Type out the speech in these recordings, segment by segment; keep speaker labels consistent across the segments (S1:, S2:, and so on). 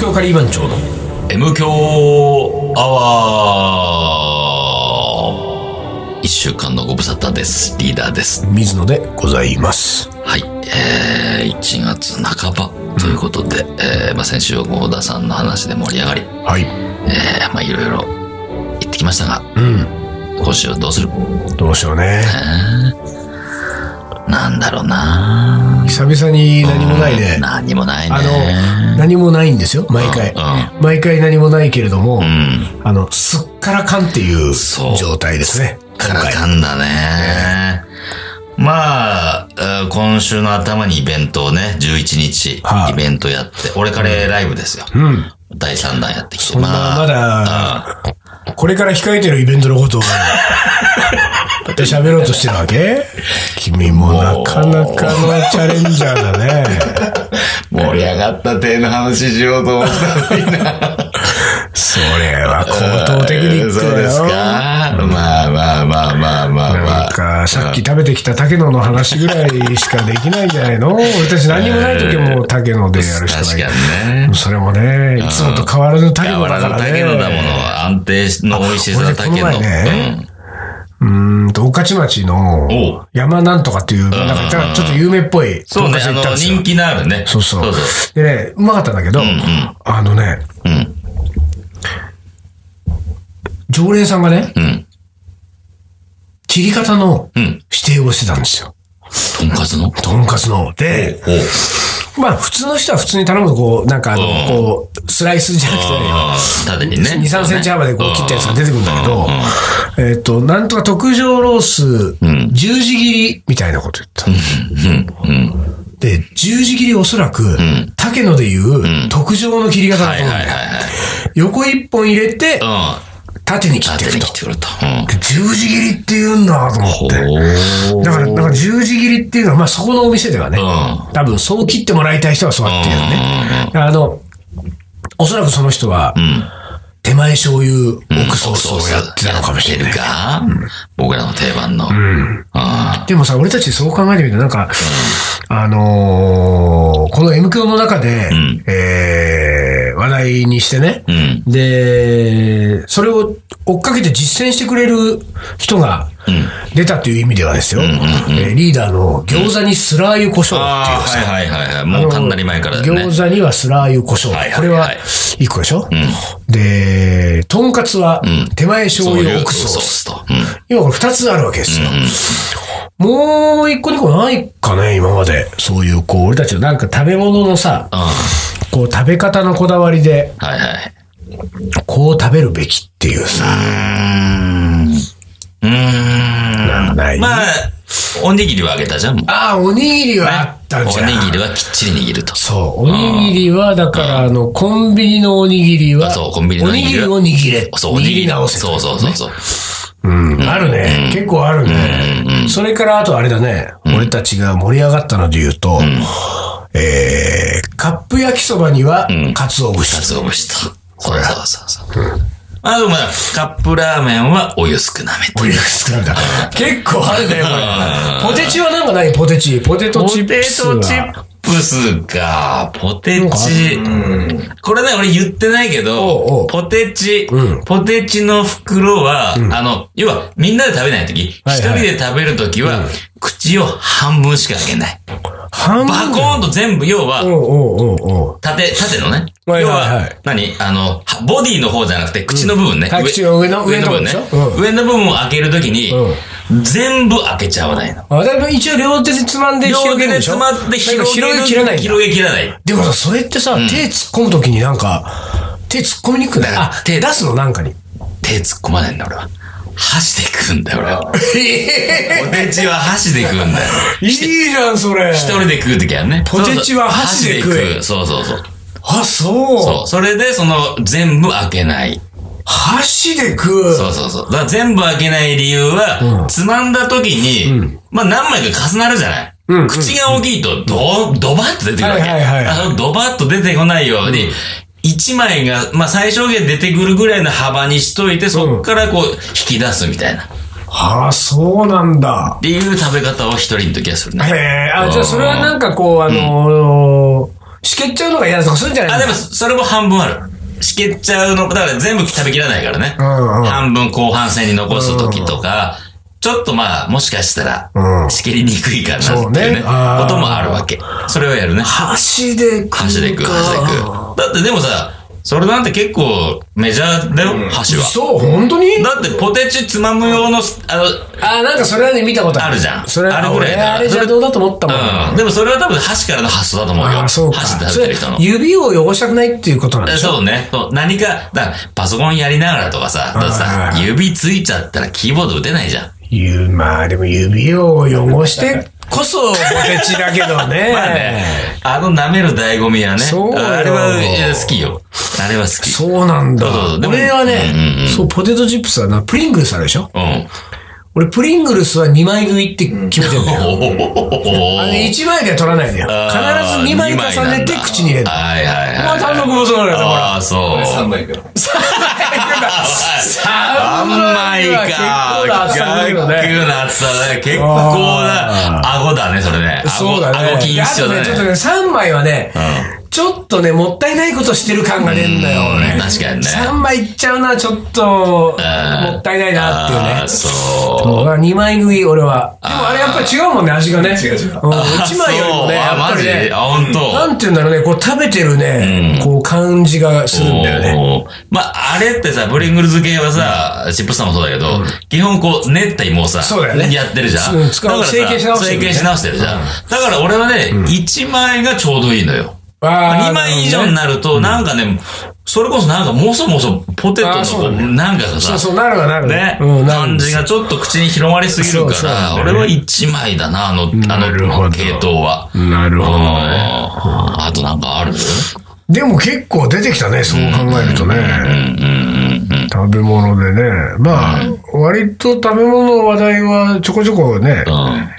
S1: 教カリー番長の
S2: M 強アワー一週間のご無沙汰です。リーダーです。
S1: 水野でございます。
S2: はい。えー、1月半ばということで、えー、まあ先週は郷田さんの話で盛り上がり、
S1: はい。
S2: えー、まあいろいろ言ってきましたが、
S1: うん。
S2: 今週はどうする
S1: どうしようね。
S2: えー、なんだろうな
S1: 久々に何もないね
S2: うん。何もないね。
S1: あの、何もないんですよ、毎回。毎回何もないけれども
S2: う、ん。うん。
S1: あの、すっからかんっていう
S2: そう
S1: 状態ですね。
S2: から
S1: 今回
S2: かんだね。まあ、えー今週の頭にイベントをね、11日
S1: はい、
S2: イベントやって、俺カレーライブですよ。
S1: うん。
S2: 第3弾やってきて。
S1: そんな、まだ、これから控えてるイベントの ことを、で喋ろうとしてるわけ君もなかなかのチャレンジャーだね。
S2: 盛り上がった体の話しようと思ったのにな。
S1: それは高等テクニック
S2: そう
S1: だ
S2: ですか。
S1: よ。
S2: まあまあまあまあまあま
S1: な
S2: あ
S1: ん。か、さっき食べてきた竹野の話ぐらいしかできないんじゃないの俺たち何もない時はもう竹野でやるしか
S2: 確
S1: ない
S2: か。にね。
S1: それもね、いつもと変わらぬ竹野
S2: 柔
S1: だ
S2: ら
S1: か
S2: の
S1: らね。
S2: 竹野だもの。安定の美味しさ竹
S1: あ
S2: 野。
S1: 俺この前
S2: うん
S1: うーんと、御徒町の
S2: おう
S1: 山なんとかっていう、なんかちょっと有名っぽい
S2: そう
S1: お
S2: ね、
S1: 菓子
S2: あ
S1: 屋行ったん
S2: の、
S1: ですよ
S2: 人気のあるね。
S1: そうそう
S2: そうそう。
S1: でね、うまかったんだけど、
S2: ん
S1: あのね、
S2: うん。
S1: 常連さんがね、
S2: うん。
S1: 切り方の
S2: うん。
S1: 指定をしてたんですよ。
S2: とんかつの
S1: とんかつの。で、
S2: おう
S1: まあ、普通の人は普通に頼むと、こう、なんかあの、
S2: うん
S1: こう、スライスじゃなくてね、
S2: あー縦にね。
S1: 2、3センチ幅でこう切ったやつが出てくるんだけど、えっと、なんとか特上ロース、
S2: ん
S1: 十字切りみたいなこと言った。
S2: うん。うん。
S1: で、十字切りおそらく、
S2: ん
S1: 竹野でいう、特上の切り方だ
S2: は
S1: と
S2: い
S1: 思うん
S2: はい
S1: だよ。
S2: は
S1: 横一本入れて、
S2: いはい。
S1: 縦に
S2: うん。
S1: 切ってい
S2: 縦
S1: く
S2: に
S1: と
S2: 切っ。てくると。うん。
S1: 十字切りって言うんだと思
S2: ほ
S1: って。
S2: う。
S1: だから、なんか十字切りっていうのは、まあそこのお店ではね、
S2: う
S1: 多分そう切ってもらいたい人はそうやってるよね。あの、おそらくその人は、手前醤油、奥ソースをやってたのかもしれない。
S2: やってるか僕らの定番の。うん。あ
S1: でもさ、俺たちそう考えてみると、なんか、あのーこの M 響の中で、
S2: ん
S1: えー、話題にしてね、
S2: ーうん。
S1: で、それを追っかけて実践してくれる人が出たという意味ではですよ、えーリーダーの餃子にスラー油胡椒っていう
S2: ああ、
S1: さ、
S2: はいはいはいはい。もうかなり前からだよね。
S1: 餃子にはスラー油胡椒。
S2: はいはいはい
S1: これは一個でしょ、で、とんかつは手前醤
S2: そうい
S1: 油
S2: う
S1: 奥ソース。
S2: スと。うん。
S1: 今これ二つあるわけですよ。もう一個二個ないかね、今まで。そういう、こう、俺たちのなんか食べ物のさ、
S2: あ
S1: こう食べ方のこだわりで、
S2: あ、はいはい。
S1: こう食べるべきっていう
S2: う
S1: さ、
S2: ーん。うーん。
S1: ない。
S2: まあ、おにぎりはあげたじゃん。もう
S1: ああ、おにぎりはあったんじゃん。
S2: おにぎりはきっちり握ると。
S1: そう。おにぎりは、だから、あの、コンビニのおにぎりは、
S2: あそうコンビニの
S1: お
S2: お
S1: に
S2: に
S1: ぎり
S2: ぎりは
S1: を握れ。
S2: そう、おにぎ
S1: 握
S2: り
S1: 直せ。
S2: そうそうそうそう。
S1: うんあるね。結構あるね。それから、あとあれだね。俺たちが盛り上がったので言うと、えー、カップ焼きそばには、かつお
S2: か
S1: 節。
S2: つお節と。そうそうそうそう。あと、まあ、カップラーメンはお湯少なめと。
S1: お湯が少ないんだ。結構あるね、これ。ポテチはなんかないポテチ。ポテト
S2: ポ
S1: チップ
S2: テ
S1: ス
S2: トチ
S1: は。
S2: ップスか、ポテチ。これね、俺言ってないけど、
S1: おうおう
S2: ポテチ、
S1: うん
S2: ポテチの袋は、あの、要は、みんなで食べないとき、一、
S1: はいはい
S2: 人で食べるときは、口を半分しか開けない。
S1: 半
S2: バコーンと全部、要は、
S1: おうおうおうおう
S2: 縦、縦のね。
S1: はいはいはい
S2: 要は、何あの、はボディの方じゃなくて、口の部分ね。
S1: うんはい口の上の上のとこ
S2: 部分ね
S1: でしょうん。
S2: 上の部分を開けるときに
S1: う、
S2: 全部開けちゃわないの。
S1: あ、だいぶ一応両手でつまんで
S2: 両
S1: 広げるん
S2: 手で
S1: でしょ
S2: 詰まって広げる。
S1: なんか広げきらないんだ
S2: 広げきらない。
S1: でもさ、それってさ、手突っ込むときになんか、手突っ込みにくくない
S2: だから
S1: あ、手出
S2: 手
S1: すのなんか に。
S2: 手突っ込まないんだ、俺は。箸で食うんだよ、俺は。ポテチは箸で食 うんだよ。
S1: いいじゃん、それ。
S2: 一人で食うときはね。
S1: ポテチは箸で食え
S2: うそうそうそう。
S1: あ、そう。
S2: そう。それで、その、全部開けない。
S1: 箸で食う。
S2: そうそうそう。だから全部開けない理由は、つまんだ時に、まあ何枚か重なるじゃない。
S1: うん
S2: 口が大きいと、ど、ドバッと出てくるわけ。
S1: はいはいはいはい
S2: あの、ドバッと出てこないように、一枚が、まあ最小限出てくるぐらいの幅にしといて、そっからこう、引き出すみたいな。っ
S1: あ、そうなんだ。
S2: ていう食べ方を一人の時はする
S1: へ
S2: ね。
S1: え、あ、
S2: うん
S1: じゃあそれはなんかこう、あのーしけっちゃうのが嫌だとかするんじゃない
S2: あ、
S1: の
S2: でも、それも半分ある。しけっちゃうの、だから全部食べきらないからね。
S1: うんうん
S2: 半分後半戦に残す時とか、ちょっとまあ、もしかした
S1: う
S2: ら、
S1: ん
S2: しけりにくいかなってい
S1: そう
S2: う
S1: ね
S2: ね、
S1: あー
S2: こともあるわけ。それはやるね。
S1: 箸で食うか。
S2: 箸で食う、箸で食う。だってでもさ、それなんて結構メジャーだよ、箸は。
S1: そう、本当に
S2: だってポテチつまむ用の、あの、
S1: あ、なんかそれはね、見たことある。
S2: あるじゃん
S1: それは、
S2: あれぐら
S1: 俺
S2: いだから
S1: あれじゃどうだと思ったもん。
S2: うん。でもそれは多分箸からの発想だと思うよ。
S1: ああ、そうか。
S2: 箸で
S1: そ
S2: 食べ
S1: れ
S2: てる人の。
S1: 指を汚したくないっていうことなんでしょ
S2: そうね。そう何か、だからパソコンやりながらとかさ、だってさ
S1: う、ん
S2: 指ついちゃったらキーボード打てないじゃん。
S1: ゆまあでも指を汚して こそポテチだけど ね。
S2: まあね、あの舐める醍醐味はね、
S1: そうよ
S2: あれはいや好きよ。あれは好き。
S1: そうなんだ
S2: そうそう。でも
S1: 俺はね、
S2: うんうんうん
S1: そう、ポテトチップスはな、プリングルスあるでしょ
S2: うん。
S1: 俺、プリングルスは2枚食いって決めてんだよ。あの、
S2: お
S1: 1枚では取らないんだよ。必ず2枚重ねて口に入れる。ま
S2: はいはいはい。
S1: あ、単独もそうなんだよ、ほら。
S2: ああ、そう。
S3: 3枚から。
S2: あんまりか。
S1: 結構な厚さだけどね
S2: 学級の厚さだね。結構な、顎だね、それね。顎
S1: そうだね。
S2: 顎筋必要だ
S1: あとね、ちょっと
S2: ね。
S1: ね、3枚はね、ちょっとね、もったいないことしてる感が出んだよ、
S2: う
S1: 俺。
S2: ん確かにね
S1: 3枚いっちゃうな、ちょっと、もったいないなっていう
S2: あ
S1: ね
S2: あ、。そう。
S1: そうだ、2枚食い、俺は。でもあれやっぱり違うもんね、味がね。
S3: 違う違うん
S1: 1枚よりもね、
S2: あ
S1: や
S2: そう
S1: っぱり
S2: あマ
S1: ね
S2: ジ。あ、本当。
S1: なんて言うんだろうね、こう食べてるね、こう感じがするんだよね。
S2: おーまあ、あれってさ、ブリングルズ系はさ、チップスさんもそうだけど、基本こう、練った芋をさ、
S1: そうだよね
S2: やってるじゃん。
S1: うん
S2: だからさ
S1: 整形し直して
S2: 整
S1: るよね
S2: 形し直してるじゃん。だから俺はね、1枚がちょうどいいのよ。
S1: あー
S2: 2枚以上に
S1: なる
S2: なると、なんかね、それこそなんかもそもそポテト
S1: あー
S2: の
S1: そう
S2: こ
S1: だ
S2: う、
S1: ね
S2: なんかが
S1: ほどね。そう
S2: さ、
S1: そう、なるわ、なるわ。
S2: ね、
S1: うん、なるん
S2: 感
S1: で
S2: じ
S1: す
S2: がちょっと口に広まりすぎる
S1: そう
S2: か
S1: そうなん
S2: ら、
S1: だよね
S2: 俺は1枚だな、あの、あ
S1: なるほ
S2: の
S1: ど
S2: 系統は。
S1: なるほどね。
S2: あーあとなんかある
S1: でも結構出てきたね、そう考えるとね。食べ物でね。まあ、割と食べ物の話題はちょこちょこね、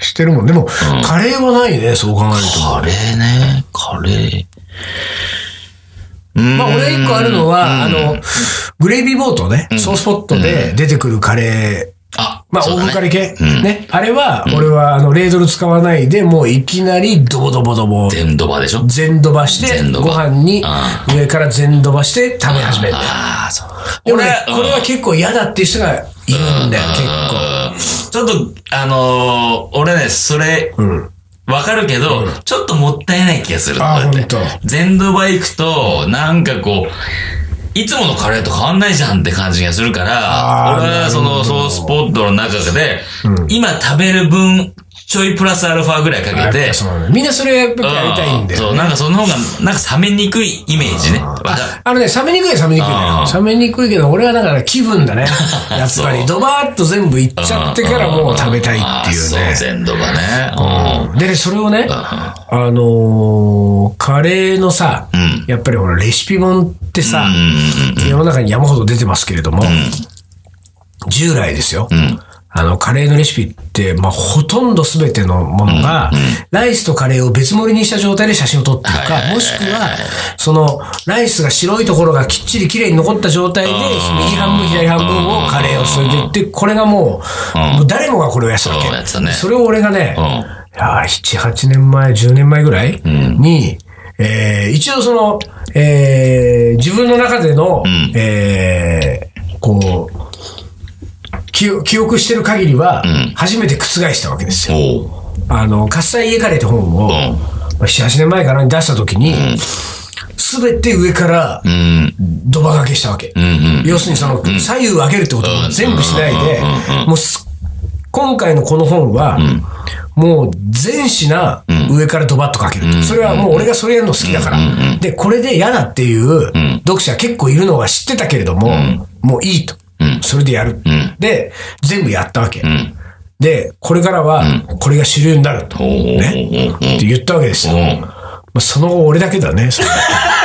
S2: う
S1: してるもん。でも、カレーはないね、そう考える
S2: カレーね。カレー。
S1: と。まあ、俺一個あるのは、あ
S2: うん、
S1: の、グレイビーボートね、ソースポットで出てくるカレー。
S2: あ、
S1: まあ、
S2: そう
S1: 大
S2: だね
S1: ぶカレー系
S2: うん。
S1: ね。あれは、俺は、あの、レードル使わないで、もういきなり、ドボドボドボ。
S2: 全ドバでしょ
S1: 全飛ばして、
S2: 全
S1: ご
S2: ドバ
S1: 飯に
S2: あ
S1: 上から全飛ばして食べ始める。
S2: ああ、そう。
S1: でもね、
S2: 俺
S1: これは結構嫌だっていう人がいるんだよ、結構。
S2: うんちょっと、あのー、俺ね、それ、わかるけど、ちょっともったいない気がする。
S1: あー
S2: こうやっ
S1: ほん
S2: て全土場行くと、なんかこう、いつものカレーと変わんないじゃんって感じがするから
S1: あ、ー
S2: 俺はそのソースポットの中で、今食べる分、ちょいプラスアルファぐらいかけ
S1: やってぱ、そうなんだみんなそれやっぱりやりたいんだ
S2: う
S1: よ。
S2: そう、なんかその方が、なんか冷めにくいイメージね。わかる
S1: あのね、冷めにくいは冷めにくい
S2: あ
S1: だ
S2: ー
S1: よ。冷めにくいけど、俺はだから気分だね。やっぱ
S2: そう
S1: り、ドバーッと全部いっちゃってからもう食べたいっていう
S2: あー
S1: ね
S2: そう、。全土場ね。
S1: でね、それをね、あのーカレーのさ、
S2: ん
S1: やっぱりほら、レシピ本ってさ、
S2: うん。
S1: 世の中に山ほど出てますけれども、従来ですよ。
S2: ん
S1: あの、カレーのレシピって、まあ、ほとんど全てのものが、ライスとカレーを別盛りにした状態で写真を撮ってる
S2: はいはいはいは
S1: か、
S2: い
S1: もしくは、その、ライスが白いところがきっちり綺麗に残った状態で、右半分、左半分をカレーを添えてって、これがもう、
S2: うん
S1: もう誰もがこれをやってたわけ。
S2: そうやってたね
S1: それを俺がね、
S2: うん
S1: いやー、7、8年前、10年前ぐらいに、えー一応その、えー自分の中での、
S2: ん
S1: えーこう、記憶記憶してる限りは、
S2: ん
S1: 初めて喝したわけですよ。
S2: おう
S1: あの、喝采家カレーって本を、
S2: ん
S1: まあ7、8年前かなに出した時に、すべて上から
S2: うん。
S1: ドバ掛けしたわけ。
S2: うんうん。
S1: 要するにその、左右分けるってことも全部しないで
S2: うんうん、
S1: もうす、今回のこの本は、もう全品上からドバッと書けると。それはもう俺がそれやるの好きだから。で、これで嫌だっていう読者結構いるのは知ってたけれども、もういいと。それでやる。で、全部やったわけ。で、これからは、これが主流になると。ね。って言ったわけですよ。
S2: うん
S1: まあ、その後俺だけだね、それ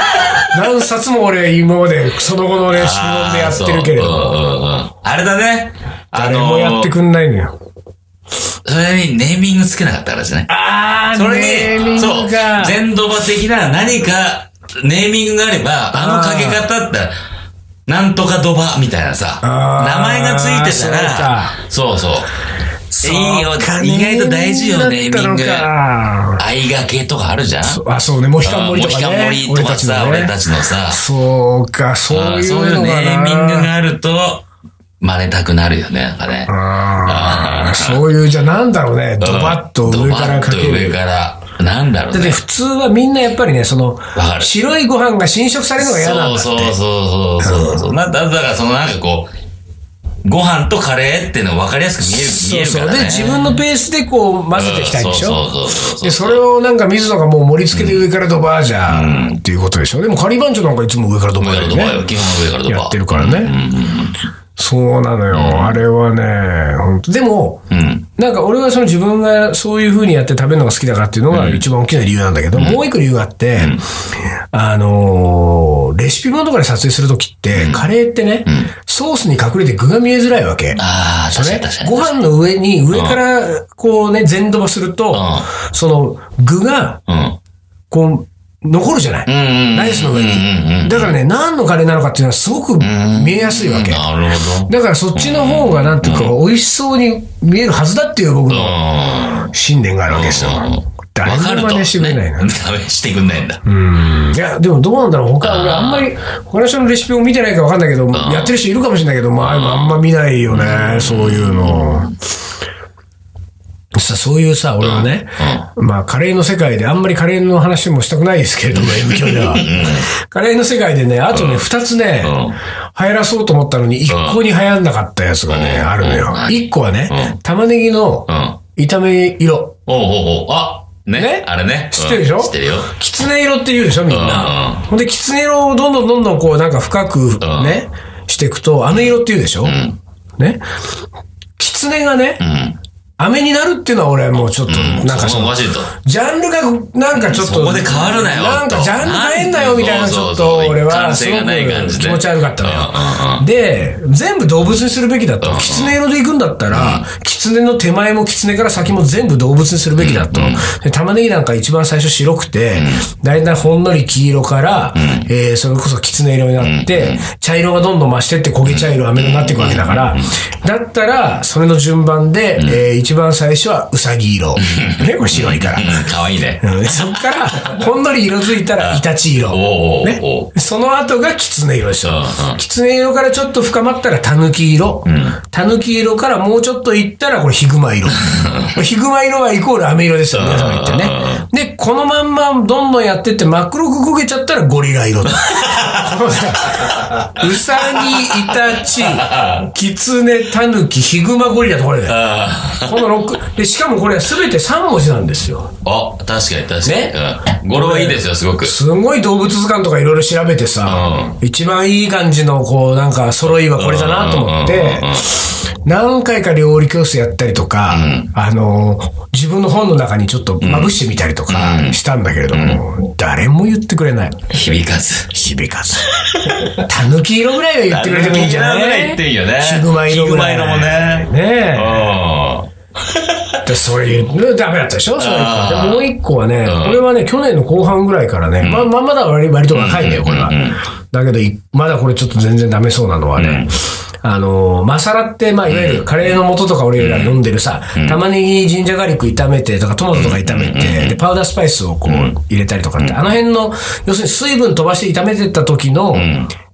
S1: 何冊も俺今までその後のレシピ本でやってるけれど、
S2: あーそううんうんうんあれだね。あ
S1: 誰
S2: の
S1: もやってくんないのよ。
S2: それにネーミングつけなかったからですね。
S1: あ
S2: それに、そう、全土場的な何かネーミングがあれば、あのかけ方って、なんとかドバみたいなさ、
S1: あー
S2: 名前がついてたら、そうそう。
S1: そう
S2: いいよ
S1: か
S2: 意外と大事よ
S1: ネーミ
S2: ね
S1: ングだったのか
S2: 愛がけとかあるじゃん
S1: あ、そうね、モヒカン
S2: あ
S1: 森とかね。
S2: モヒカン森とかさ、俺たちのさ、
S1: そうか、そう
S2: あ
S1: い
S2: そううい
S1: の
S2: うネ
S1: が
S2: ーミング
S1: な。
S2: があると、真似たくなるよね、なんかね。
S1: あーそういう、じゃあなんだろうね、ドバッと上からかけ
S2: ドバッと上
S1: る。
S2: から。なんだろう
S1: で、
S2: ね。
S1: 普通はみんなやっぱりね、その
S2: か、る
S1: 白いご飯が侵食されるのが嫌なんだ。
S2: そうそうそうそうそう。なんだだからそのなんかこう、ご飯とカレーっていうの分かりやすく見える、見
S1: そ
S2: え
S1: う
S2: る
S1: そ
S2: か
S1: う。
S2: ら
S1: で、
S2: ね。
S1: 自分のペースでこう混ぜていきたいんでしょ
S2: うんそうそうそうそう
S1: で、それをなんか水野がもう盛り付けて上からドバーじゃんっていうことでしょ。でもカリバンチョなんかいつも上からドバーだ
S2: 上から
S1: よ
S2: ドバよ。
S1: ね。
S2: 基本上からドバ。
S1: やってるからね。そうなのよ。あれはね、本当でも、
S2: うん。
S1: なんか俺はその自分がそういう風にやって食べるのが好きだからっていうのが一番大きな理由なんだけど、もう一個理由があって、あのーレシピ本とかで撮影するときって、カレーってね、ソースに隠れて具が見えづらいわけ。
S2: ああ、確かに確かに。
S1: ご飯の上に、上から、こうね、全飛ばすると、
S2: ん
S1: その、具が、
S2: うん。
S1: こう、残るじゃない、
S2: うんうんうん。
S1: ライスの上に、
S2: うんうん
S1: だからね、何のカレーなのかっていうのはすごく
S2: うん。
S1: 見えやすいわけ。
S2: なるほど。
S1: だからそっちの方が、なんていうか、美味しそうに見えるはずだっていう僕の
S2: う
S1: 信念があるわけですよ
S2: ん。。
S1: 誰
S2: わかる
S1: も
S2: と。
S1: 真似してくれないな。
S2: ね試してくんないんだ。
S1: うんいや、でもどうなんだろう他、俺
S2: あー
S1: あんまり、他の人のレシピを見てないからわかんないけど、やってる人いるかもしれないけど、まあ、あんま見ないよね、そういうの。さ、そういうさ、俺はね、まあ、カレーの世界で、あんまりカレーの話もしたくないですけれ ども、M 響では。カレーの世界でね、あとね、二つね、
S2: うん
S1: 流行らそうと思ったのに、一向に流行んなかったやつがね、
S2: うん
S1: あるのよ。
S2: うん
S1: 一個はね、玉ねぎの
S2: うん。
S1: 炒め色。
S2: おうおうおう。あね
S1: ね
S2: あれね。
S1: 知ってるでしょ
S2: うん知ってるよ。
S1: きつね色って言うでしょ、みん
S2: うん
S1: な。ほんで、きつね色をどんどんどんどんこう、なんか深く
S2: ん
S1: ね、していくと、飴色って言うでしょ。
S2: ん
S1: ね。きつねがね
S2: う、ん。
S1: 飴になるっていうのは俺はもうちょっと、なんか
S2: そ
S1: そ
S2: こ
S1: の
S2: がおかしいと。
S1: ジャンルがなんかちょっと、
S2: そこで変わるなよ
S1: なんか
S2: と
S1: ジャンル変えんなよみたいな、
S2: なん
S1: ちょっと
S2: そうそうそう
S1: 俺は、
S2: 一貫
S1: す
S2: 性
S1: ご
S2: がない感
S1: く
S2: じで
S1: 気持ち悪かったの
S2: うん
S1: よ。で、全部動物にするべきだと。キツネ色で行くんだったら、キツネの手前もキツネから先も全部動物にするべきだと。で玉ねぎなんか一番最初白くて、だいたいほんのり黄色から、えーそれこそキツネ色になって、茶色がどんどん増してって焦げ茶色、飴色になっていくわけだから、だったら、それの順番で、えー一番最初はうさぎ色。ね、これ白いから。
S2: うん、かわいいね。
S1: うんそっから、ほんのり色づいたら、イタチ色。
S2: おうおう
S1: ね
S2: おう。
S1: その後がキツネ色でしょ
S2: うんう。
S1: キツネ色からちょっと深まったら、タヌキ色。タヌキ色からもうちょっといったら、これヒグマ色。これヒグマ色はイコール飴色ですよ、皆さんが言ってね。で、このまんまどんどんやってって、真っ黒く焦げちゃったらゴリラ 色と。うさぎ、イタチ、キツネ、タヌキ、ヒグマ、ゴリラとこれだよ。
S2: あ
S1: この6、で、しかもこれは全て3文字なんですよ。
S2: ーあ、確かに確かに。
S1: ね
S2: うん。語呂はいいですよ、すごく。
S1: すごい動物図鑑とかいろいろ調べてさ、一番いい感じの、こう、なんか、揃いはこれだなと思っ
S2: うんうん
S1: て、何回か料理教室やったりとか、あの、自分の本の中にちょっとまぶしてみたりとかしたんだけれども、誰も言ってくれない。
S2: 響かず。
S1: 響かず。 たぬき色ぐらいは言ってくれてもいいんじゃない
S2: ヒグマぐらい言っていいよね。
S1: ヒグマ色ぐらい。
S2: ヒグマもね。
S1: ねえ。
S2: うん。
S1: で、それ言うのダメだったでしょそれ
S2: あー
S1: でもう一個はね、
S2: ん
S1: これはね、去年の後半ぐらいからね、まあ、まあまだ割割と若いんだよ、これは
S2: うんうんうん。
S1: だけどい、まだこれちょっと全然ダメそうなのはね、あのー、マサラって、まあ、いわゆるカレーの素とか俺ら飲んでるさ、玉ねぎ、ジンジャーガーリック炒めてとか、トマトとか炒めて、で、パウダースパイスをこう入れたりとかって、あの辺の、要するに水分飛ばして炒めてった時の、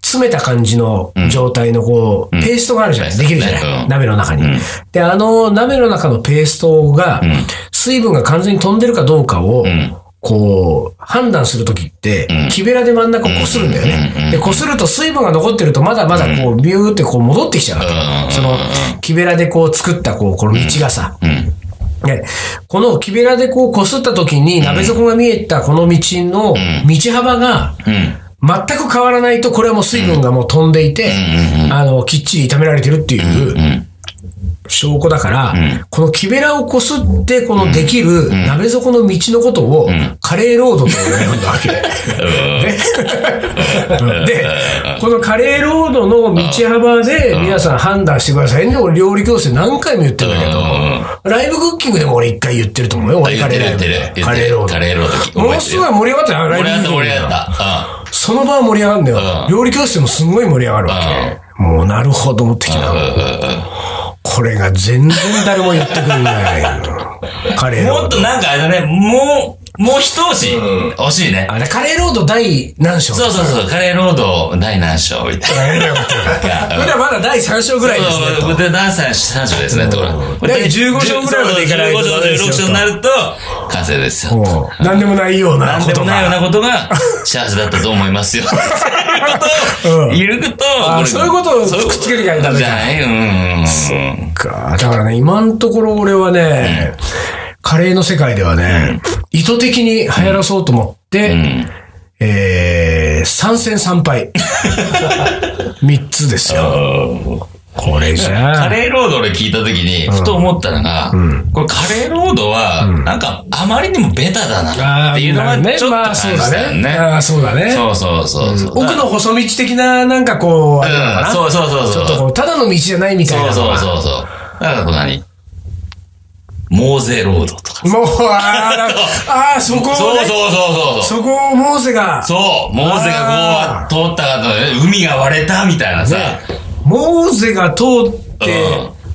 S1: 詰めた感じの状態のこう、ペーストがあるじゃないできるじゃない、
S2: うん
S1: 鍋の中に。で、あの鍋の中のペーストが、水分が完全に飛んでるかどうかを、こう、判断するときって、木べらで真ん中をこするんだよね。で、こすると水分が残ってると、まだまだこう、ビューってこう戻ってきちゃうわ
S2: うん
S1: け。その、木べらでこう作ったこう、この道がさ、ね、この木べらでこう擦った時に鍋底が見えたこの道の道幅が全く変わらないとこれはもう水分がもう飛んでいて、あの、きっちり炒められてるっていう証拠だから、この木べらをこすってこのできる鍋底の道のことをカレーロードと呼んだわけ。 ね で、このカレーロードの道幅で皆さん判断してくださいね。俺料理教室で何回も言ってるんだけど、ライブクッキングでも俺一回言ってると思うよ。俺カレーライ
S2: 言
S1: ブ
S2: ってる言ってる。
S1: カレーロー
S2: カレーロード
S1: ド。ものすごい盛り上がったよ、ライ
S2: 盛
S1: ブ
S2: り
S1: ク
S2: 上
S1: ッキング
S2: がった、盛り
S1: で
S2: 上がった。うん
S1: その場は盛り上がるんだよ。
S2: うん
S1: 料理教室もすごい盛り上がるわけ。もうなるほどってきな。ここれが全然誰も言ってくれ ないの。カレーロ
S2: も
S1: ー
S2: っ
S1: ド。
S2: となんかあれだね、もう、もう一押し、惜しいね。
S1: あれ、カレーロード第何章
S2: そうそうそう、カレーロード第何章みたいな。
S1: やればよかったよかった俺らまだ第3章ぐらいですねと。
S2: そうで、何歳、3章ですね、ところ。これ
S1: で
S2: で15
S1: 15
S2: 章ぐらいまでいかないと。
S1: 15章
S2: 15章、16章になると、完成ですよ。
S1: もう、なんでもないような
S2: なん
S1: こ
S2: で
S1: と
S2: もないような
S1: が。
S2: ことが幸せだったと思いますよ。って いうことを、
S1: うん
S2: ゆるくと、
S1: あ
S2: これ
S1: そういうことを
S2: そういう
S1: くっつけるからダメか
S2: じゃないうんうんうん。
S1: かだからね、今のところ俺はね、カレーの世界ではね、意図的に流行らそうと思って、えー、参戦参 敗。3つですよ。これじ
S2: カ
S1: ゃあ。
S2: レーロード俺聞いたときに、ふと思ったのが、これカレーロードは、なんかあまりにもベタだな
S1: あ
S2: っていうのは
S1: ー
S2: ちょっと
S1: ま
S2: 感
S1: あ
S2: じ
S1: そうだ
S2: たよ
S1: ね。
S2: ね。
S1: あーそうだね。
S2: そうそうそうそう。
S1: 奥の細道的な、なんかこう、あれなのか
S2: うん
S1: な
S2: そうそうそう
S1: ち
S2: そ
S1: ょ
S2: う。
S1: っとこう、ただの道じゃないみたい
S2: そ
S1: な
S2: う
S1: のが。
S2: そうそうそう。だからこう何モーゼロードとか。
S1: もう、あーあー、そこをね
S2: そうそうそうそう。
S1: そこをモーセが、
S2: そう、モーゼが
S1: あ
S2: こう通ったかと、海が割れたみたいなさ。
S1: モーゼが通って、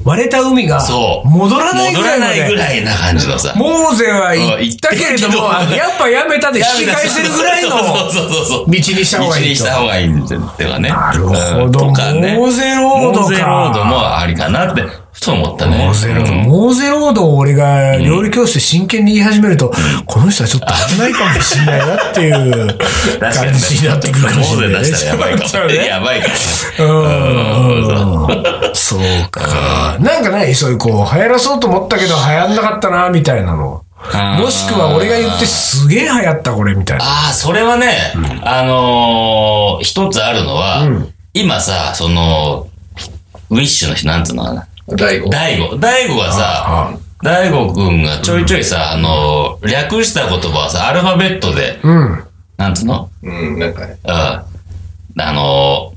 S1: 割れた海が
S2: そう。
S1: 戻らないぐ
S2: 戻
S1: ら
S2: ら
S1: いま
S2: ないぐ
S1: で。
S2: らいな感じのさ。
S1: モーゼは行ったけれども、
S2: うん行ったけ
S1: あ
S2: ど
S1: やっぱやめたで引き返せるぐらいの
S2: そうそうそうそう。
S1: 道にした方がいいと
S2: 道にした方がいいんだってかね。な
S1: るほど
S2: とかね。
S1: モーゼロードか
S2: モーゼロードもありかなって、ふと思ったね。
S1: モーゼロード。
S2: うん
S1: モーゼロードを俺が料理教室で真剣に言い始めると、この人はちょっと危ないかもしれないなっていう
S2: 確か
S1: 感じになってくるかもしれない
S2: モー
S1: ね。
S2: ゼ出したらやばいか
S1: そう
S2: も。
S1: ね
S2: やばいかも。
S1: うんそうか。なんかないそういうこう、流行らそうと思ったけど流行んなかったな、みたいなの。
S2: あー
S1: もしくは俺が言ってすげえ流行ったこれ、みたいな。
S2: ああ、それはね、あのー、一つあるのは、今さ、その、ウィッシュの人、なんつうのかな。
S3: 大悟。
S2: 大悟。大悟が
S1: あ
S2: さ、大悟くんがちょいちょいさ、あのー、略した言葉はさ、アルファベットで、
S1: うん。
S2: なんつうの
S3: うん、なんかね、
S2: うん。あの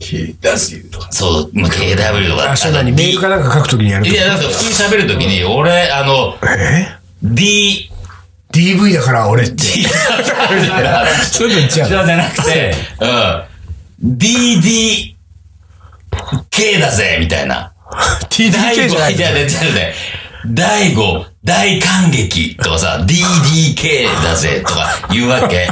S3: KW とか
S2: ー、。そう、まあ KW とか。
S1: あ、そうなに、
S2: の
S1: メールかなんか書くときにやる
S2: い
S1: と。
S2: や、なんか普通に喋るときに、俺、あの、
S1: え
S2: D、
S1: ?DV だから俺って。 そういうの
S2: じ
S1: 言っちゃう。
S2: ゃなくて、うん。DDK だぜみたいな。大
S1: TDK じゃな
S2: 悟、
S1: い
S2: じゃね、じゃね、大悟、大感激とかさ、DDK だぜとか言うわけ。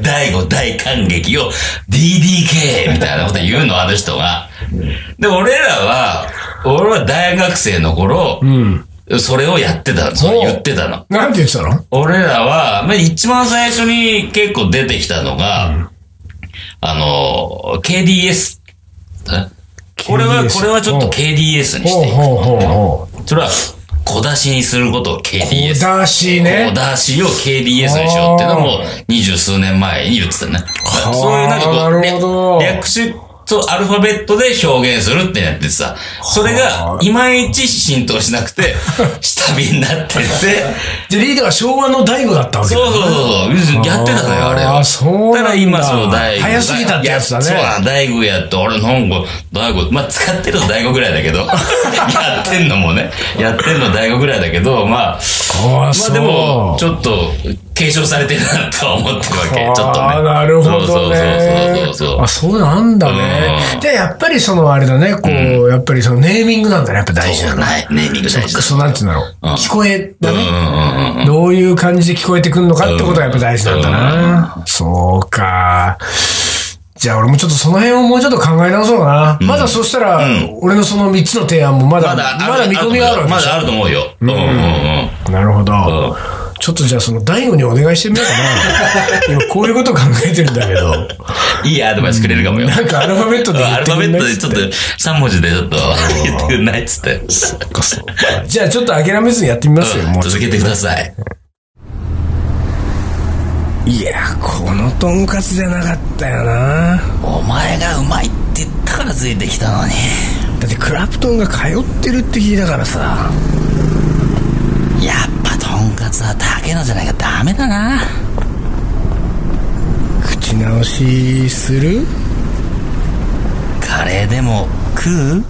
S2: 大悟、大感激を DDK みたいなこと言うの、あの人が。で、俺らは、俺は大学生の頃、それをやってたの、それ言ってたの。
S1: なんて言ってたの
S2: 俺らは、まあ、一番最初に結構出てきたのが、あの、KDS。これは、
S1: KDS
S2: これはちょっと KDS にし
S1: ほう
S2: てい
S1: ほうほうほう。
S2: く。それは、小出しにすることを KDS。
S1: 小出しね。
S2: 小出しを KDS にしようっていうのも、二十数年前に言ってたね。
S1: あ
S2: そういうなんかこう、
S1: なるほど
S2: 略略し、そう、アルファベットで表現するってやってさ、それが、いまいち浸透しな くて、下火になってって、
S1: で、リーダーは昭和の大悟だったわけだ
S2: そうそうそうそう。やってたのよ、あれは。
S1: あーそうなんだ
S2: ただ今、そう、大悟。
S1: 早すぎたってやつだね
S2: いそうなん、大悟やって、俺なんか、大悟、まあ、使ってるの大悟ぐらい だけど、やってんのもね、やってんの大悟ぐらいだけど、まあ、
S1: ああ、
S2: ま
S1: そ
S2: あ
S1: う。
S2: でも、ちょっと、継承されてるなとは思ってるわけ、ちょっとね。
S1: ああ、なるほどね。
S2: そうそうそうそうそう
S1: あ、。そうなんだ
S2: うん
S1: ね。で、やっぱりそのあれだね、こう、やっぱりそのネーミングなんだね、やっぱ大事なの。
S2: ない、ネーミング大事だ。
S1: そう、なんて言うんだろう。聞こえだ
S2: うん
S1: ね。
S2: うんうんうん。
S1: どういう感じで聞こえてくるのかってことがやっぱ大事なんだな。そうか。じゃあ俺もちょっとその辺をもうちょっと考え直そうかな。まだそしたら、俺のその3つの提案もまだ、
S2: ま
S1: ま
S2: だ、
S1: だ見込みがあるわけ
S2: ま
S1: でし
S2: だあると思うよ。うんうんうん。
S1: ょ。なるほど。ちょっとじゃあその大悟にお願いしてみよう かな。今こういうこと考えてるんだけど。
S2: いいアドバイスくれるかもよ。
S1: なんかアルファベットで言
S2: ア
S1: っ
S2: ル
S1: て
S2: ファ
S1: く
S2: ベ
S1: ん
S2: ッ
S1: ない
S2: ト
S1: っつ
S2: でちょ
S1: っ
S2: っと
S1: て。
S2: 3文字でちょっと言ってくんないっつって。
S1: じゃあちょっと諦めずにやってみますよ、もうちょっ
S2: 続けてください。
S1: と。いや、このトンカツじゃなかったよな。
S2: お前がうまいって言ったからついてきたのに。
S1: だってクラプトンが通ってるって聞いたからさ。
S2: やっぱとんかつは竹野じゃないかダメだな。
S1: 口直しする
S2: カレーでも食う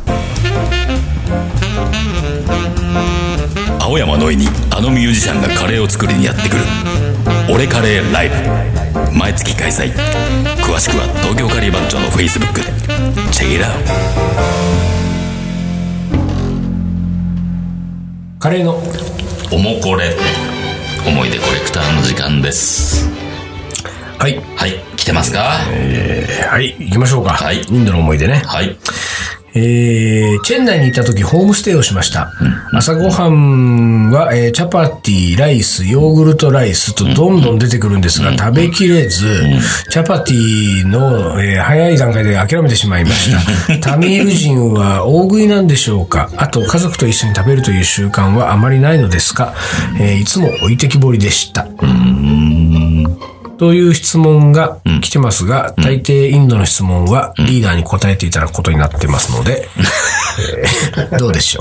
S4: 青山のいにあのミュージシャンがカレーを作りにやってくる「俺カレーライブ」毎月開催詳しくは東京カリー番長のフェイスブックでチェックイラー
S1: カレーの
S2: おもこれ思い出コレクターの時間です
S1: はい
S2: はい来てますか
S1: はい行きましょうか、
S2: はい
S1: インドの思い出ね
S2: はい
S1: えー、チェン内に行った時ホームステイをしました。朝ごはんは、えーチャパティ、ライス、ヨーグルトライスとどんどん出てくるんですが、食べきれず、チャパティの、えー早い段階で諦めてしまいま した。タミール人は大食いなんでしょうかあと、家族と一緒に食べるという習慣はあまりないのですか、えーいつも置いてきぼりでした。という質問が来てますが、大抵インドの質問はリーダーに答えていただくことになってますの で、えーどうでしょ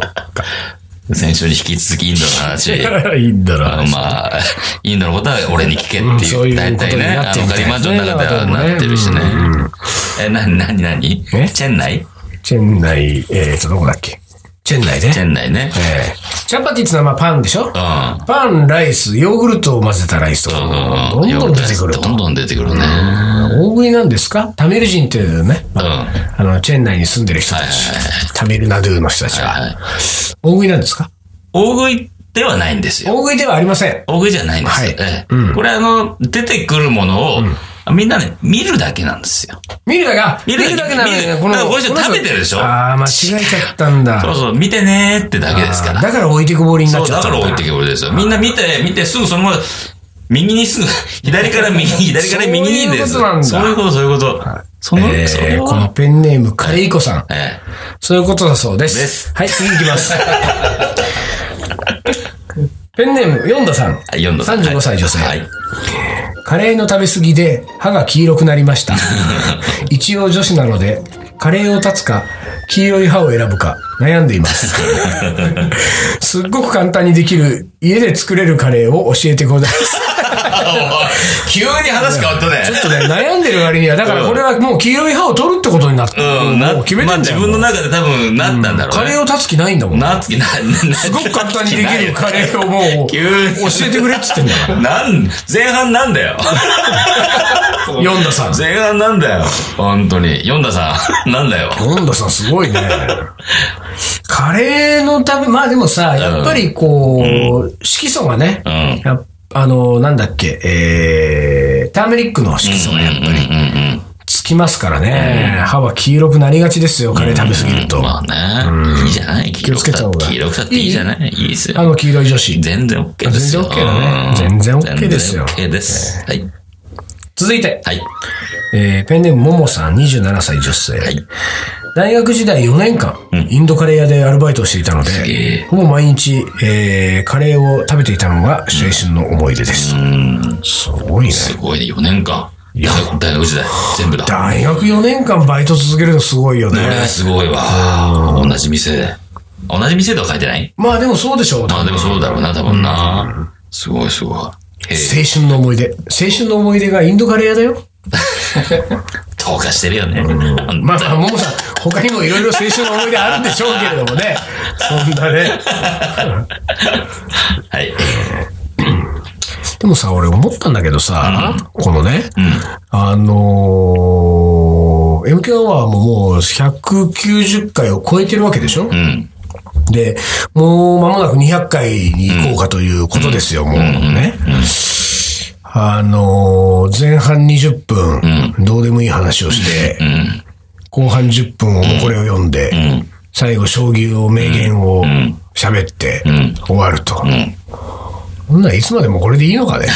S1: う
S2: 先週に引き続きインドの 話
S1: か。インドの
S2: あのまあ、インドのことは俺に聞けって
S1: うんそうい
S2: い、
S1: うう
S2: 大体ね、
S1: こ
S2: あ
S1: と
S2: の、
S1: にな
S2: ガ
S1: ってる
S2: リ
S1: み
S2: マ
S1: たい
S2: ン
S1: で
S2: ジ
S1: す
S2: ョ
S1: ね
S2: ンの中ではなってるしね。え、なになになにチ
S1: え
S2: ェン内
S1: チェン内、えーと、どこだっけチェン内で。
S2: チェン内ね。
S1: えーチャパティってのはまあパンでしょ
S2: う
S1: パン、ライス、ヨーグルトを混ぜたライスとか、
S2: ん。
S1: どんどん出てくる
S2: どん
S1: と。
S2: どん出てくるね。
S1: 大食いなんですかタミル人っていうね、
S2: うん。
S1: あの、チェン内に住んでる人たち、タミルナドゥの人たち
S2: は
S1: は、
S2: い
S1: 大食いなんですか
S2: 大食いではないんですよ。
S1: 大食いではありません。
S2: 大食いじゃないんです
S1: はい
S2: よ。ええこれあの、出てくるものを、みんなね、見るだけなんですよ。
S1: 見るだけあ、
S2: 見
S1: 見
S2: る
S1: る
S2: だけ
S1: だけなの
S2: 見る
S1: ね。
S2: だからこれ食べてるでしょ
S1: ああ、間違えちゃったんだ。
S2: そう
S1: あ
S2: そう、見てねーってだけですから
S1: ー。だから置いてくぼりにな
S2: そ
S1: っ
S2: う、
S1: ちゃ
S2: だ
S1: った
S2: か
S1: ん
S2: ら
S1: だ。
S2: 置いてけぼりですよ。みんな見て、見て、すぐそのまま、右にすぐ、 左か ら右、左から右にです。
S1: そういうことなんだ
S2: そういうこと、そういうこと。その、そ
S1: え
S2: れ
S1: ー、この
S2: は、
S1: ペンネーム、カレイコさん。
S2: え
S1: そういうことだそうです。
S2: です
S1: はい、次行き ます。ペンネーム、ヨンダさん。
S2: え、読んだ。
S1: 35歳女性
S2: はい。
S1: カレーの食べ過ぎで歯が黄色くなりま した。一応女子なので、カレーを立つか、黄色い歯を選ぶか悩んでい ます。すっごく簡単にできる家で作れるカレーを教えてください。
S2: あおい急に話変わったね
S1: ちょ。っとね、悩んでる割には、だからこれはもう黄色い歯を取るってことになって、
S2: うん、な、
S1: もう決め
S2: ま
S1: て
S2: あ
S1: んだ
S2: 自
S1: よ。
S2: 分の中で多分なったんだろうね。
S1: カレーを断つ気ないんだもん。
S2: なつきな、す
S1: すごく簡単にできるカレーをもう、教
S2: 急に
S1: えてくれっつってんだ から。
S2: なん、前半なんだよ。
S1: ヨンダさん。
S2: 前半なんだよ。本当に。ヨンダさん、なんだよ。
S1: ヨンダさんすごいね。 カレーの食べ、まあでもさ、やっぱりこう、色素がね、
S2: うん。
S1: やっあの、なんだっけ、えー、ターメリックの色素がやっぱり
S2: うんうん。
S1: つきますからね。歯は黄色くなりがちですよ、カレー食べ過ぎると。
S2: まあね。いいじゃない。黄
S1: 気を
S2: 色
S1: つ
S2: く
S1: けた
S2: た
S1: 方
S2: っ
S1: が
S2: て、黄色くたっていいじゃない。いいですよ
S1: あ。の黄色い女子。
S2: 全然 OK ですよ。
S1: 全然 OK だね
S2: うん
S1: 全然 OK ですよ
S2: 全然 OK です。はい。
S1: 続いて、
S2: はい。
S1: えーペンネームももさん、27歳女性。
S2: はい。
S1: 大学時代4年間、インドカレー屋でアルバイトをしていたの
S2: げえ
S1: で、ほぼ毎日、えーカレーを食べていたのが青春の思い出です。すごいね。
S2: すごいね。4年間。大学大学時代。全部だ。
S1: 大学4年間バイト続けるのすごいよね
S2: こ。れすごいわ。同じ店で。同じ店とは書いてない
S1: まあでもそうでしょう。青
S2: まあでもそうだろうな、多分な。すごいすごい。へえ、
S1: 春の思い出。青春の思い出がインドカレー屋だよ。
S2: 投下してるよね。
S1: まあまあ、ももさん、他にもいろいろ青春の思い出あるんでしょうけれどもね。そんなね。
S2: はい。
S1: でもさ、俺思ったんだけどさ、このね、あのー、MK アワーももう190回を超えてるわけでしょ、
S2: うん。
S1: で、もう間もなく200回に行こうかということですよ、もうね。あのー前半20分、どうでもいい話をして、
S2: うん。
S1: 後半10分をこれを読んで、
S2: ん
S1: 最後、将棋を名言を喋って、
S2: ん
S1: 終わると。こ
S2: ん
S1: んなんいつまでもこれでいいのかね。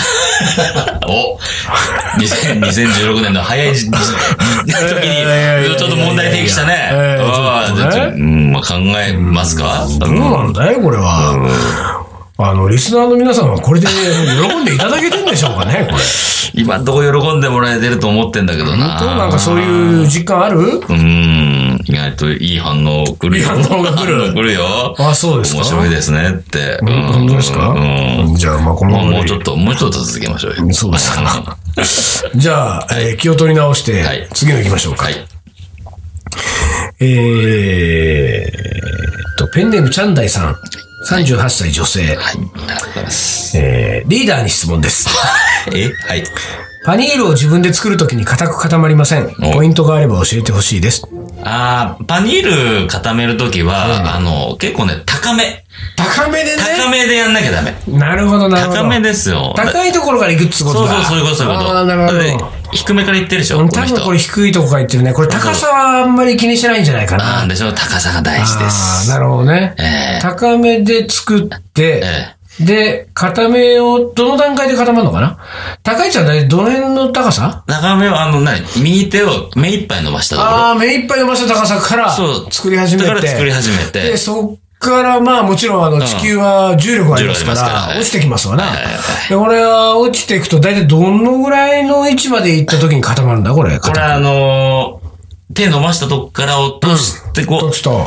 S2: お2000 !2016 年の早い時時に、ちょっと問題提起したね。
S1: ええ
S2: ああ
S1: ちょっとね
S2: ちょっとうん、まあ考えますか
S1: どうなんだよ、これは。あの、リスナーの皆さんはこれで喜んでいただけてんでしょうかね、これ。
S2: 今どう喜んでもらえてると思ってんだけどな。
S1: どうなんかそういう実感ある
S2: うーん、意外といい反応来る
S1: いい
S2: よ。
S1: 反応が来る
S2: 反応よ。
S1: あそうですか
S2: 面白いですねって。うん
S1: 本当ですか
S2: うん。
S1: じゃあ、まあ、この
S2: まあ
S1: まま
S2: もう
S1: で
S2: ちょっと、もうちょっと続けましょうよ。
S1: そうですか
S2: は
S1: じゃあ、えー気を取り直して、
S2: はい
S1: 次の行きましょうか。
S2: い。
S1: えーと、ペンネームチャンダイさん、38歳女性、
S2: はい。ありがとうございます。
S1: えーリーダーに質問です。
S2: えはい。
S1: パニールを自分で作るときに固く固まりません。ポイントがあれば教えてほしいです。
S2: あーパニール固めるときは、あの、結構ね、高め。
S1: 高めでね。
S2: 高めでやんなきゃダメ。
S1: なるほど、なるほど。
S2: 高めですよ。
S1: 高いところから行くってこ
S2: そ
S1: と
S2: う
S1: だ。
S2: そう、そういうこと、そういうこと。
S1: ああ、なるほど。
S2: だって低めから言ってるでしょ、こ
S1: うん
S2: の
S1: 多
S2: 人
S1: 分。これ低いとこから行ってるね。これ高さはあんまり気にしてないんじゃないかな。
S2: なんでしょう、高さが大事で
S1: あ
S2: す。
S1: ーなるほどね。
S2: ええ
S1: 高めで作って、
S2: え
S1: で、固めを、どの段階で固まるのかな高いちゃんね、どの辺の高さ
S2: 長めは、あの、何右手を目いっぱい伸ばしたところ。
S1: ああ、目いっぱい伸ばした高さから
S2: そう
S1: 作り始めて。
S2: だから作り始めて
S1: で、そっから、まあもちろんあの地球は重力がありますか、
S2: 重力ありますかららね
S1: 落ちてきますわな
S2: はいはいは。
S1: で、これは落ちていくと大体どのぐらいの位置まで行った時に固まるんだこれ。
S2: これあのー手伸ばしたとこから落として、こ
S1: 落
S2: う、
S1: ちと。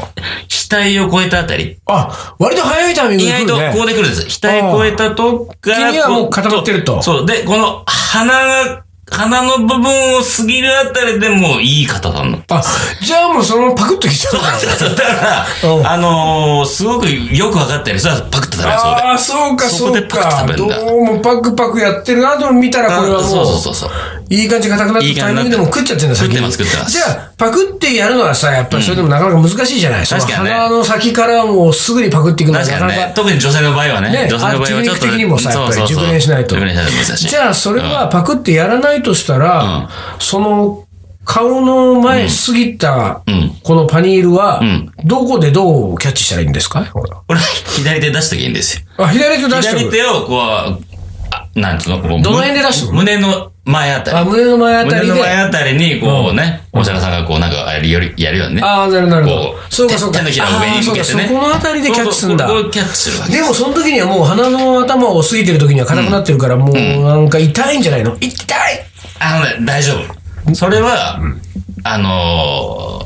S2: 額を超えたあたり。
S1: あ、割と早いタイミングで来る
S2: 意外と
S1: ね。
S2: ここで来るんです。額を超えたとこから。
S1: 君にはもう固まってると
S2: こうそう。で、この鼻が、鼻の部分を過ぎるあたりでもういい方なの。
S1: あ、じゃあもうそのパクッときちゃうから。
S2: だか
S1: うん
S2: ら、あのーすごくよく分かったり、それはパクッと食べるそうで。
S1: ああ、そうか、
S2: そ
S1: そ
S2: こで
S1: うか
S2: パ。クッと食べるんだ
S1: どうもパクパクやってるなと見たら、これはもう、
S2: そうそうそうそう。
S1: いい感じ硬くなって
S2: いい
S1: きた
S2: 感
S1: タイ
S2: じ
S1: ミン
S2: に
S1: グでも
S2: なって
S1: 食っちゃってんだ、
S2: 食って
S1: 先に
S2: ます食ってます
S1: じゃあ、パクってやるのはさ、やっぱりそれでもなかなか難しいじゃない、その
S2: 確かにね
S1: 鼻の先からもうすぐにパクっていくのは
S2: 確
S1: な
S2: か
S1: か
S2: に
S1: なか。
S2: ね。特に女性の場合はね。
S1: ね
S2: 女性の場合はちょっと
S1: あテクニック
S2: ね。
S1: 的にもさやっぱり
S2: そうそうそう
S1: 熟練しないと
S2: 熟練しないと難しい。
S1: じゃあ、それはパクってやらないとしたら、その、顔の前過ぎた
S2: ん、
S1: このパニールは
S2: ん、
S1: どこでどうキャッチしたらいいんですか
S2: これ、左手出しときゃいいんですよ。
S1: あ、左手出して
S2: 左
S1: くる。
S2: 手をこう、あなんつうのこう
S1: どの辺で出してくる
S2: 胸の前あた
S1: あ、
S2: り。
S1: 胸の前あた
S2: 胸
S1: り
S2: の
S1: で。
S2: 前あたりに、こうね、お釈迦さんがこうなんかやるより、やるようにね。
S1: ああ、なるほどなるほ
S2: こ
S1: ど。
S2: う
S1: そうか、そうか。
S2: 手のひらを上に向けてね
S1: あーそうかそこのあたりでキャッチするんだ。
S2: こうこうキャッチするわけ。
S1: でも、その時にはもう鼻の頭を過ぎてる時には硬くなってるから、もうなんか痛いんじゃないの痛い
S2: あのね、大丈夫。それは、あ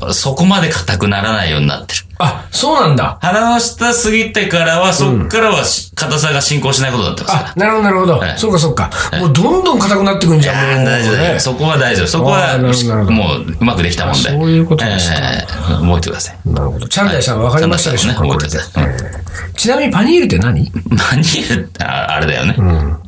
S2: のー、そこまで硬くならないようになってる。
S1: あ、そうなんだ。
S2: 鼻の下過ぎてからは、そっからはし硬さが進行しないことだってますから
S1: あ、なるほど、なるほど
S2: は。い
S1: そうか、そうか。もうどんどん硬くなってくんじゃん、もう。
S2: 大丈夫、
S1: ね
S2: そこは大丈夫。そこ
S1: あ
S2: は、
S1: ーなるほどなるほど
S2: もう、うまくできたもんで。
S1: あそういうことですか
S2: えー覚えてください。
S1: なるほど。チャンダイさん分かりましたでしょうか、
S2: はい
S1: これで。えーちなみにパニールって何
S2: マニュールって、ああれだよね。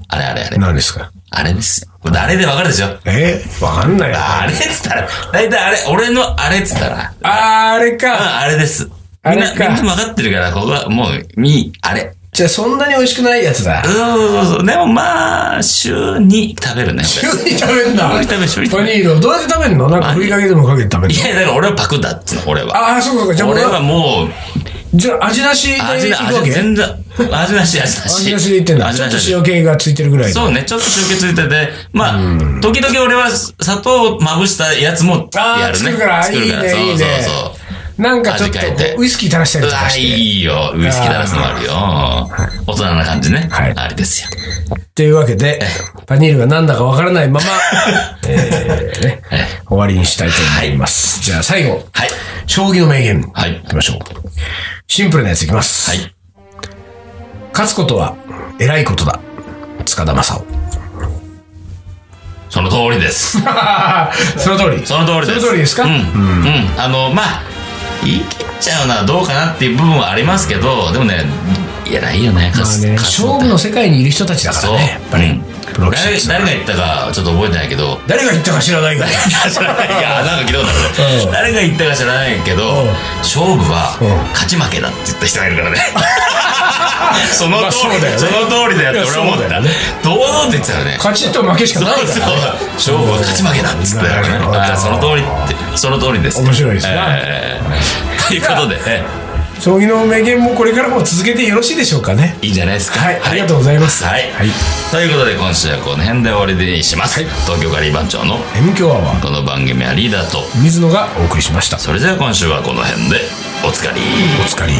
S2: あれあれあれ。
S1: ですか
S2: あれですよ。これあれでわかるでしょ。
S1: えわかんないよ。
S2: あれっつったら、大体あれ、俺のあれっつったら、
S1: あーあれか。
S2: ああれです。
S1: あ
S2: みん
S1: れ
S2: な、
S1: か
S2: みんな分かってるから、ここはもう、み、あれ。
S1: じゃあそんなに美味しくないやつだ。
S2: そうそうそう。でもまあ、週に食べるね。
S1: 急に食べん だ。
S2: 急に食べる急に食
S1: パ
S2: べる
S1: ニールをどうやって食べるのなんかふりかけでもかけて食べ
S2: い
S1: るの
S2: や、だから俺はパクだっつうの、俺は。
S1: ああ、そうかそうか。じゃあ俺
S2: 俺は
S1: は、
S2: もう、
S1: じゃあ味なしで
S2: 味
S1: い
S2: な、
S1: くわ
S2: 味
S1: け
S2: 全然、味なし、味なし。
S1: 味なしでいってんだ。
S2: 味
S1: ちょっ
S2: なし
S1: と
S2: 味なし
S1: 塩気がついてるぐらいの。
S2: そうね、ちょっと塩気ついてて、まあ、時々俺は砂糖をまぶしたやつも
S1: あー
S2: やるね。
S1: 作るからいいね
S2: そう
S1: いい
S2: そ
S1: ね
S2: うそう。
S1: なんかちょっとこ
S2: 味変えて
S1: うウイスキー垂らしたり
S2: う
S1: とか
S2: わ、い
S1: して。
S2: いよ。ウイスキーだらすのもあるよ。大人な感じね。
S1: はい
S2: あれですよ。
S1: というわけで、パニールが何だかわから ないまま、えーね、終わりにしたいと思います。じゃあ最後、
S2: はい。
S1: 将棋の名言。
S2: はい
S1: 行きましょう。シンプルなやついきます。
S2: はい。
S1: 勝つことは偉いことだ。塚田 正夫。
S2: その通 りです。
S1: その通り。
S2: その通り
S1: そ
S2: です。
S1: の通りですか
S2: うん。うん。あの、まあ、言い切っちゃうのはどうかなっていう部分はありますけど、でもね、偉いよね、
S1: まあね、
S2: 勝つ
S1: 勝負の世界にいる人たちだから
S2: そう。
S1: ね。やっぱり、
S2: うん
S1: プロ棋士
S2: 誰
S1: です
S2: 誰が言ったかちょっと覚えてないけど、
S1: 誰が言ったか知ら ないが。
S2: 知らないいやなんか聞いたことある
S1: うん
S2: 誰が言ったか知らないけど、
S1: うん
S2: 勝負は
S1: うん
S2: 勝ち負けだって言った人がいるから ね。その
S1: まあ
S2: 通
S1: そう
S2: り、
S1: だよね
S2: その通りだよって俺は思っ
S1: いやそ
S2: た。
S1: うだよね
S2: 堂々って言ってたよね。
S1: 勝ちと負けしか
S2: そう
S1: ない
S2: そう
S1: からね。
S2: 勝負は勝ち負けだって言ってたから
S1: なる
S2: ね
S1: ほど
S2: あー。その通りって、その通りです。
S1: 面白いですね
S2: えーということで、え
S1: 将棋の名言もこれからも続けてよろしいでしょうかね。
S2: いいんじゃないですか。
S1: はい、ありがとうございます。
S2: はい。
S1: はい。
S2: ということで今週はこの辺で終わりにします。東京カリー番長の
S1: M 強アワー、
S2: この番組はリーダーと、
S1: 水野がお送りしました。
S2: それでは今週はこの辺でおつかり。
S1: お疲れ。